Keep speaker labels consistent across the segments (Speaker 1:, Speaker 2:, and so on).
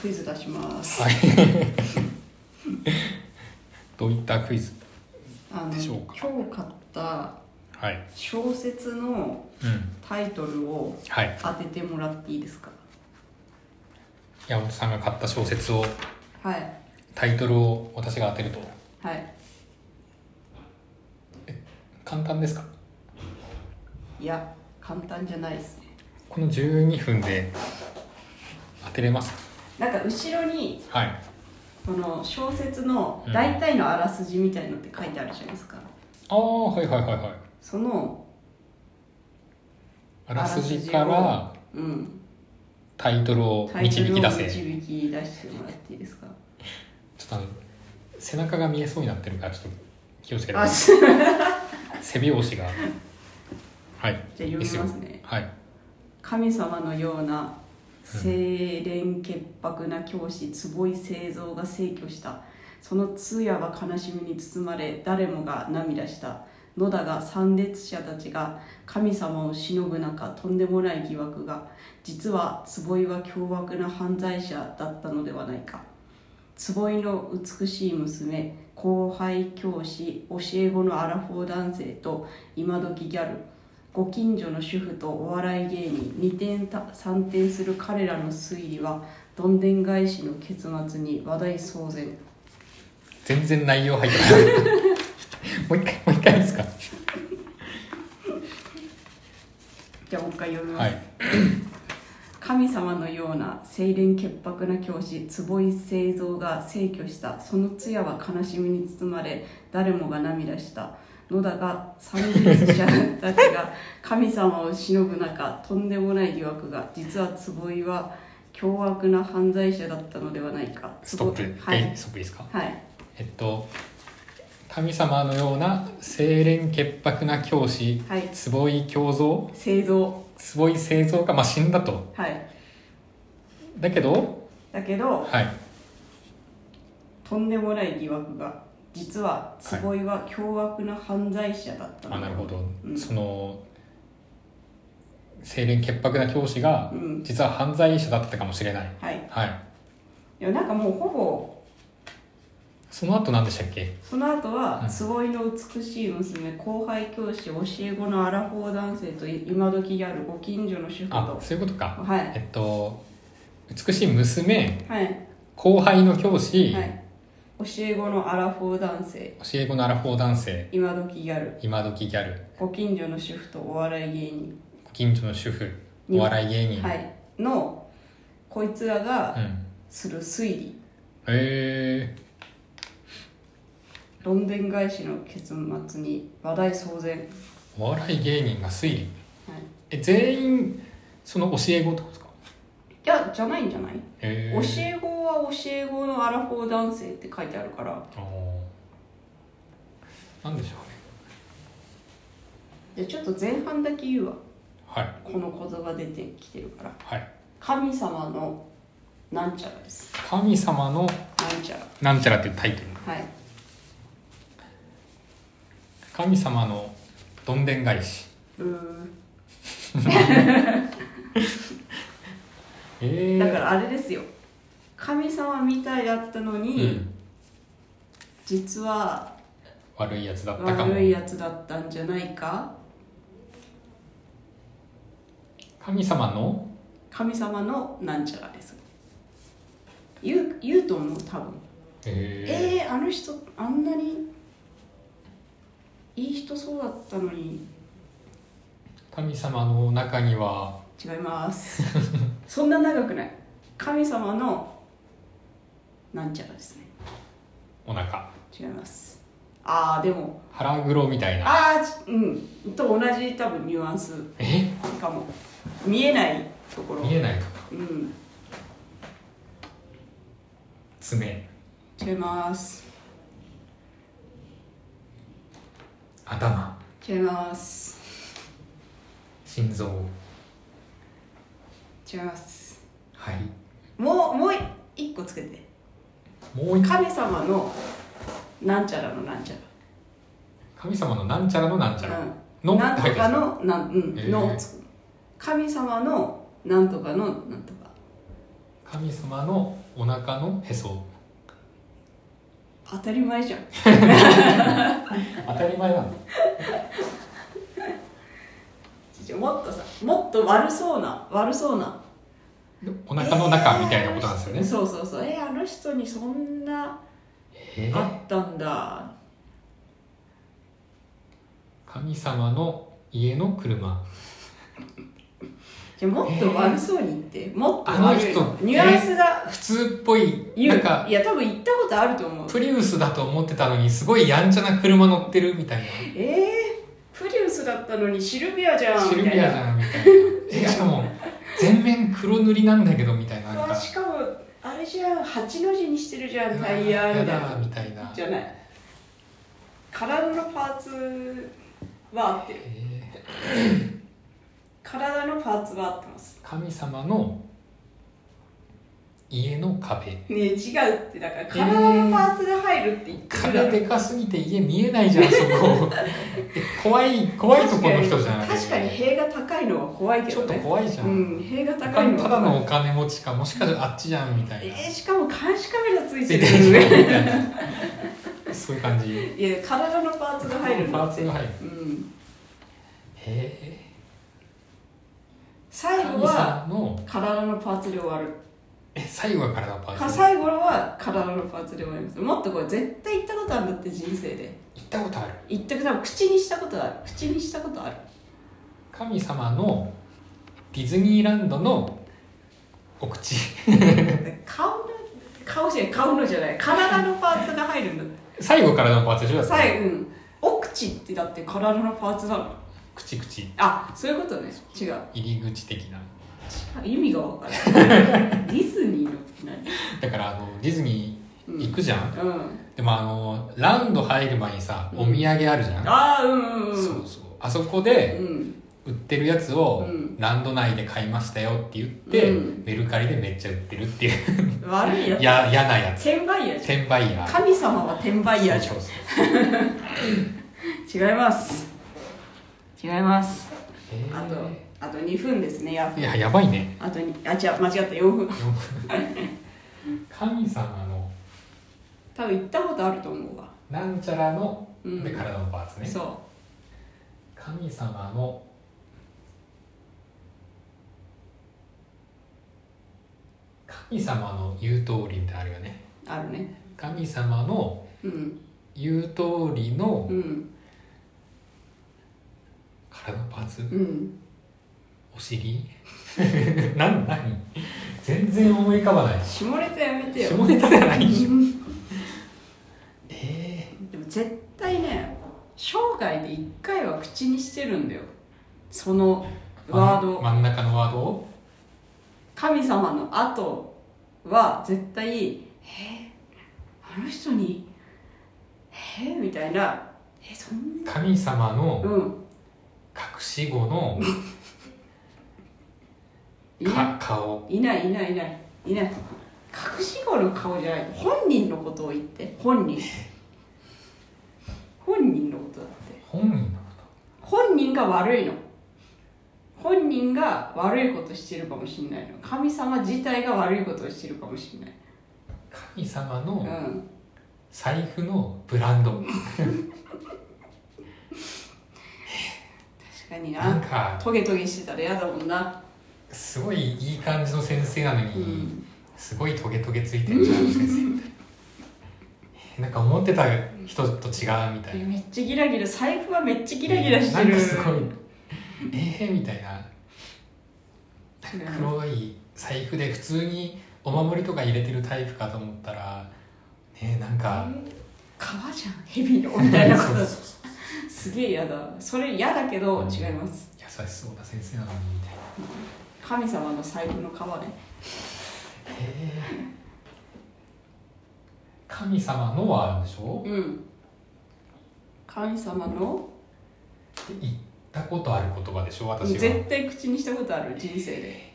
Speaker 1: クイズ出します、
Speaker 2: はい。 どういったクイズ
Speaker 1: あの
Speaker 2: でしょう
Speaker 1: 今
Speaker 2: か
Speaker 1: 日買った
Speaker 2: はい。
Speaker 1: 小説の
Speaker 2: うん。
Speaker 1: タイトルを
Speaker 2: はい。
Speaker 1: 当ててもらっていいですか
Speaker 2: 山本さんが買った小説を、
Speaker 1: はい
Speaker 2: タイトルを私が当てると。
Speaker 1: はい
Speaker 2: 簡単ですか
Speaker 1: いや簡単じゃないですね
Speaker 2: この12分で当てれます
Speaker 1: なんか後ろに
Speaker 2: はい。
Speaker 1: この小説の大体のあらすじみたいのって書いてあるじゃないですか、
Speaker 2: ああ、はいはいはいはい。
Speaker 1: その
Speaker 2: あらすじから
Speaker 1: うん
Speaker 2: タイトルを
Speaker 1: タイトル
Speaker 2: 導
Speaker 1: を
Speaker 2: き出せ。ちょ
Speaker 1: 導き出してもらっていいですか
Speaker 2: っとあの、背中が見えそうになってるから、ちょっと気をつけてくだ
Speaker 1: あ
Speaker 2: さ
Speaker 1: すじゃ
Speaker 2: い。背拍子が。はい。
Speaker 1: あ読みますね
Speaker 2: はい。
Speaker 1: 神様のような清廉潔白な教師坪井清三が逝去したその通夜は悲しみに包まれ誰もが涙した野田が参列者たちが神様を偲ぶ中とんでもない疑惑が実は坪井は凶悪な犯罪者だったのではないか坪井の美しい娘後輩教師教え子のアラフォー男性と今時ギャルご近所の主婦とお笑い芸人二点た三点する彼らの推理はどんでん返しの結末に話題騒然
Speaker 2: 全然内容入ってない もう一回もう一回ですか
Speaker 1: じゃあもう一回読みます、
Speaker 2: はい
Speaker 1: 神様のような清廉潔白な教師坪井清三が逝去したその通夜は悲しみに包まれ誰もが涙した野田が参列者たちが神様を偲ぶ中とんでもない疑惑が実は坪井は凶悪な犯罪者だったのではないか
Speaker 2: ストップ、
Speaker 1: 坪井はい
Speaker 2: えストップいいですか
Speaker 1: はい
Speaker 2: えっと神様のような清廉潔白な教師、
Speaker 1: はい
Speaker 2: 坪井京三
Speaker 1: 製造
Speaker 2: 坪井清三が、まあ、死んだと
Speaker 1: はい
Speaker 2: だけど
Speaker 1: だけど
Speaker 2: はい
Speaker 1: とんでもない疑惑が実は坪井は凶悪な犯罪者だった
Speaker 2: あなるほど、
Speaker 1: うん
Speaker 2: その清廉潔白な教師が
Speaker 1: うん
Speaker 2: 実は犯罪者だったかもしれない
Speaker 1: はい
Speaker 2: はい
Speaker 1: でもなんかもうほぼ
Speaker 2: その後何でしたっけ
Speaker 1: その後
Speaker 2: う
Speaker 1: は
Speaker 2: ん
Speaker 1: 坪井の美しい娘後輩教師教え子のアラフォー男性と今時ギャルご近所の主婦
Speaker 2: あ
Speaker 1: と
Speaker 2: そういうことか
Speaker 1: はい
Speaker 2: えっと美しい娘
Speaker 1: はい
Speaker 2: 後輩の教師、
Speaker 1: はい教え子のアラフォー男性
Speaker 2: 教え子のアラフォー男性
Speaker 1: 今時ギャル
Speaker 2: 今時ギャル
Speaker 1: ご近所の主婦とお笑い芸人、
Speaker 2: ご近所の主婦
Speaker 1: うん
Speaker 2: お笑い芸人、
Speaker 1: はいのこいつらが
Speaker 2: うん、
Speaker 1: する推理、
Speaker 2: へえ
Speaker 1: どんでん返しの結末に話題騒然、はい、
Speaker 2: お笑い芸人が推理え全員その教え子ってことですか
Speaker 1: いやじゃないんじゃない、
Speaker 2: へ
Speaker 1: 教
Speaker 2: え
Speaker 1: え子は教え子のアラフォー男性って書いてあるから
Speaker 2: あーなんでしょうね
Speaker 1: じゃあちょっと前半だけ言うわ
Speaker 2: はい
Speaker 1: この言葉出てきてるから
Speaker 2: はい
Speaker 1: 神様のなんちゃらです
Speaker 2: 神様の
Speaker 1: なんちゃ
Speaker 2: なんちゃらっていうタイトル
Speaker 1: らはい
Speaker 2: 神様のどんでん返し
Speaker 1: うー
Speaker 2: え
Speaker 1: ん
Speaker 2: え
Speaker 1: だからあれですよ神様みたいだったの
Speaker 2: う
Speaker 1: に、
Speaker 2: ん、
Speaker 1: 実は
Speaker 2: 悪いやつだったかも
Speaker 1: 悪いやつだったんじゃないか
Speaker 2: 神様の
Speaker 1: 神様のなんちゃらです言う言うと思う多分
Speaker 2: ええ
Speaker 1: えー、あの人あんなにいい人そうだったのに
Speaker 2: 神様の中には
Speaker 1: 違います そんな長くない神様のなんちゃらですね
Speaker 2: お腹
Speaker 1: 違いますああでも
Speaker 2: 腹黒みたいな
Speaker 1: ああうんと同じ多分ニュアンス
Speaker 2: え
Speaker 1: かも見えないところ
Speaker 2: 見えないか
Speaker 1: うん
Speaker 2: 爪
Speaker 1: 違います
Speaker 2: 頭
Speaker 1: 違います
Speaker 2: 心臓
Speaker 1: 違います
Speaker 2: はい
Speaker 1: もうもう一個つけて
Speaker 2: もう一回
Speaker 1: 神様のなんちゃらのなんちゃら
Speaker 2: 神様のなんちゃらのなんちゃらの
Speaker 1: なんとか
Speaker 2: の
Speaker 1: のなん、うん
Speaker 2: へー
Speaker 1: のつく神様のなんとかのなんとか
Speaker 2: 神様のお腹のへそ
Speaker 1: 当たり前じゃん
Speaker 2: 当たり前なの
Speaker 1: ちょもっとさもっと悪そうな悪そうな
Speaker 2: お腹の中みたいなことなんですよね、
Speaker 1: そうそうそうえーあの人にそんな
Speaker 2: えー
Speaker 1: あったんだ
Speaker 2: 神様の家の車
Speaker 1: じゃあもっと悪そうに言って、もっと
Speaker 2: あの
Speaker 1: 悪い
Speaker 2: 人
Speaker 1: ニュアンスが
Speaker 2: 普通っぽい
Speaker 1: 言
Speaker 2: なん
Speaker 1: う
Speaker 2: か
Speaker 1: いや多分言ったことあると思う
Speaker 2: プリウスだと思ってたのにすごいやんちゃな車乗ってるみたい
Speaker 1: えー、プリウスだったのにシルビアじゃ
Speaker 2: なんシルビアじ
Speaker 1: み
Speaker 2: ゃんみたいなえしかも全面黒塗りなんだけどみたいな
Speaker 1: たい
Speaker 2: な
Speaker 1: なんうわ
Speaker 2: か
Speaker 1: しかもあれじゃん8の字にしてるじゃんタイヤ
Speaker 2: や
Speaker 1: みたいな
Speaker 2: だみたいな
Speaker 1: じゃない体のパーツは合ってる
Speaker 2: えー
Speaker 1: 体のパーツは合ってます
Speaker 2: 神様の家の壁
Speaker 1: ねえ違うってだから体のパーツが入るって言ってる
Speaker 2: 壁
Speaker 1: だろ、
Speaker 2: でかすぎて家見えないじゃんそこえ怖い怖いとこの人じゃん
Speaker 1: 確かに塀が高いのは怖いけ
Speaker 2: ちょ
Speaker 1: ど
Speaker 2: っと
Speaker 1: ね
Speaker 2: 怖いじゃん、
Speaker 1: うん塀が高いのは
Speaker 2: ただのお金持ちかもしかしたらあっちじゃんみたい
Speaker 1: え
Speaker 2: な、
Speaker 1: ー、しかも監視カメラつい
Speaker 2: つい
Speaker 1: て
Speaker 2: てる
Speaker 1: る
Speaker 2: じゃ
Speaker 1: よ
Speaker 2: ん
Speaker 1: ね
Speaker 2: みたいなそういう感じ
Speaker 1: いや体のパーツが入るん
Speaker 2: パ
Speaker 1: だ
Speaker 2: ー
Speaker 1: って
Speaker 2: ツが入るへ
Speaker 1: うん
Speaker 2: え
Speaker 1: 最後
Speaker 2: 神
Speaker 1: は
Speaker 2: 様の
Speaker 1: 体のパーツで終わる
Speaker 2: え最後は体のパ
Speaker 1: か
Speaker 2: ーツ行
Speaker 1: 最後は体のパーツで終わりますもっとこれ絶対行ったことあるんだって人生で
Speaker 2: ったことある
Speaker 1: 言った多分口にしたことある口にしたことある
Speaker 2: 神様のディズニーランドのお口
Speaker 1: 顔の顔じゃない顔のじゃない体のパーツが入るんだって
Speaker 2: 最後体のパーツでしょだって
Speaker 1: 最後、うん、お口ってだって体のパーツなの
Speaker 2: 口口
Speaker 1: あそういうことね違う
Speaker 2: 入り口的な
Speaker 1: 意味が分か らないディズニーの
Speaker 2: だからあのディズニ
Speaker 1: 何
Speaker 2: ー行くじゃん、
Speaker 1: うん、うん、
Speaker 2: でもあのランド入る前にさお土産あるじゃん、
Speaker 1: ああうんうんうん
Speaker 2: そうそうあそこ
Speaker 1: う
Speaker 2: で
Speaker 1: ん
Speaker 2: 売ってるやつを
Speaker 1: うん
Speaker 2: ランド内で買いましたよって言って、
Speaker 1: うん
Speaker 2: メルカリでめっちゃ売ってるっていう
Speaker 1: 悪いやつ
Speaker 2: や嫌なやつ
Speaker 1: 転売ヤーじ
Speaker 2: 転売
Speaker 1: ゃ
Speaker 2: ヤ
Speaker 1: ん
Speaker 2: ー
Speaker 1: 神様は転売ヤーじ
Speaker 2: そうそう
Speaker 1: ゃん違います違います
Speaker 2: えー
Speaker 1: あとあと2分ですねや
Speaker 2: いややばいね
Speaker 1: あとにあ違う間違った4分
Speaker 2: 神様の
Speaker 1: 多分行ったことあると思うわ
Speaker 2: なんちゃらの
Speaker 1: うん
Speaker 2: で体のパーツね、
Speaker 1: そう
Speaker 2: 神様の神様の言う通りってあるよね
Speaker 1: あるね
Speaker 2: 神様の
Speaker 1: うん
Speaker 2: 言う通りの
Speaker 1: うん
Speaker 2: 体のパーツ、
Speaker 1: うん
Speaker 2: お尻 なん何全然思い浮かばない
Speaker 1: 下ネタやめてよ
Speaker 2: 下ネタじゃないで しょえ
Speaker 1: でも絶対ね生涯で1回は口にしてるんだよその
Speaker 2: ー
Speaker 1: ワード
Speaker 2: 真ん中のワードを
Speaker 1: 神様の後は絶対「えー、あの人にえー、みたいな「えそんな
Speaker 2: 神様の
Speaker 1: うん
Speaker 2: 隠し子の
Speaker 1: いな
Speaker 2: か顔
Speaker 1: いいないいないいないいない隠し子の顔じゃない本人のことを言って本人本人のことだって
Speaker 2: 本人のこ
Speaker 1: 本人が悪いの本人が悪いことしてるかもしれないの神様自体が悪いことをしてるかもしれない
Speaker 2: と神様の
Speaker 1: うん
Speaker 2: 財布のブランド
Speaker 1: 確かに
Speaker 2: なん
Speaker 1: な
Speaker 2: か
Speaker 1: トゲトゲしてたら嫌だもんな
Speaker 2: すごいいい感じの先生なの
Speaker 1: う
Speaker 2: に、
Speaker 1: ん
Speaker 2: すごいトゲトゲついてるじゃん先 生なんか思ってた人と違うみたいな
Speaker 1: めっちゃギラギラ財布はめっちゃギラギラしてる
Speaker 2: なんかすごいえー、みたいな黒い財布で普通にお守りとか入れてるタイプかと思ったらねなんか
Speaker 1: 革じゃんヘビのみたいなこ
Speaker 2: そうそう
Speaker 1: と
Speaker 2: そう
Speaker 1: すげえ嫌だそれ嫌だけど違います
Speaker 2: 優しそうな先生なのにみたいな
Speaker 1: 神様の財布の革ね
Speaker 2: えー神様のはあるでしょ
Speaker 1: うん神様の
Speaker 2: 言ったことある言葉でしょ私は
Speaker 1: 絶対口にしたことある人生で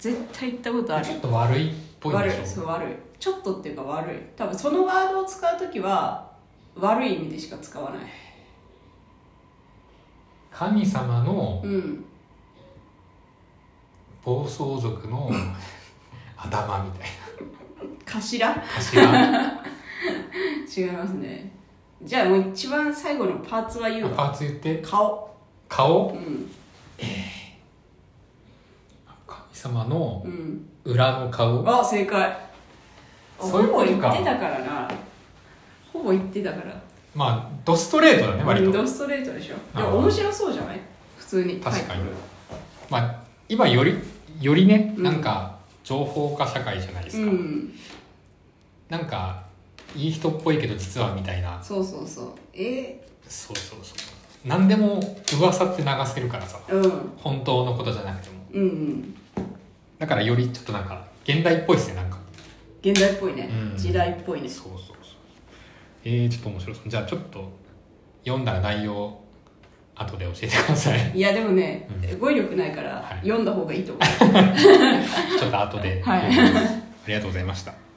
Speaker 1: 絶対言ったことある
Speaker 2: ちょっと悪いっぽい
Speaker 1: 悪
Speaker 2: で
Speaker 1: い
Speaker 2: し
Speaker 1: そ
Speaker 2: ょ
Speaker 1: う悪いちょっとっていうか悪い多分そのワードを使う時は悪い意味でしか使わない
Speaker 2: 神様の
Speaker 1: うん
Speaker 2: 暴走族の頭みたい
Speaker 1: 頭
Speaker 2: な頭
Speaker 1: 違いますねじゃあもう一番最後のパーツは言う
Speaker 2: パ
Speaker 1: わ
Speaker 2: ーツ言って
Speaker 1: 顔
Speaker 2: 顔
Speaker 1: うん
Speaker 2: 神様の
Speaker 1: うん
Speaker 2: 裏の顔
Speaker 1: あ正解
Speaker 2: そういうことか
Speaker 1: ほぼ言ってたからなほぼ言ってたから
Speaker 2: まあドストレートだね割
Speaker 1: うん
Speaker 2: と
Speaker 1: ドストレートでしょ
Speaker 2: あー
Speaker 1: でも面白そうじゃない普通に
Speaker 2: 確かに
Speaker 1: タイトル
Speaker 2: まあ今よりよりね
Speaker 1: うん
Speaker 2: なんか情報化社会じゃないですか、
Speaker 1: うん
Speaker 2: なんかいい人っぽいけど実はみたいな
Speaker 1: そうそうそうえ
Speaker 2: そうそうそう何でも噂って流せるからさ
Speaker 1: ー、うん
Speaker 2: 本当のことじゃなくても
Speaker 1: うんうん
Speaker 2: だからよりちょっとなんか現代っぽいですねなんか
Speaker 1: 現代っぽいね、
Speaker 2: うん
Speaker 1: 時代っぽいね
Speaker 2: そうそうそうえー、ちょっと面白そうじゃあちょっと読んだ内容後で教えてくださ い
Speaker 1: いやでもね、
Speaker 2: うん
Speaker 1: 語彙力ないから、
Speaker 2: はい
Speaker 1: 読んだ方がいいと思う
Speaker 2: ちょっと後で
Speaker 1: はい
Speaker 2: ありがとうございました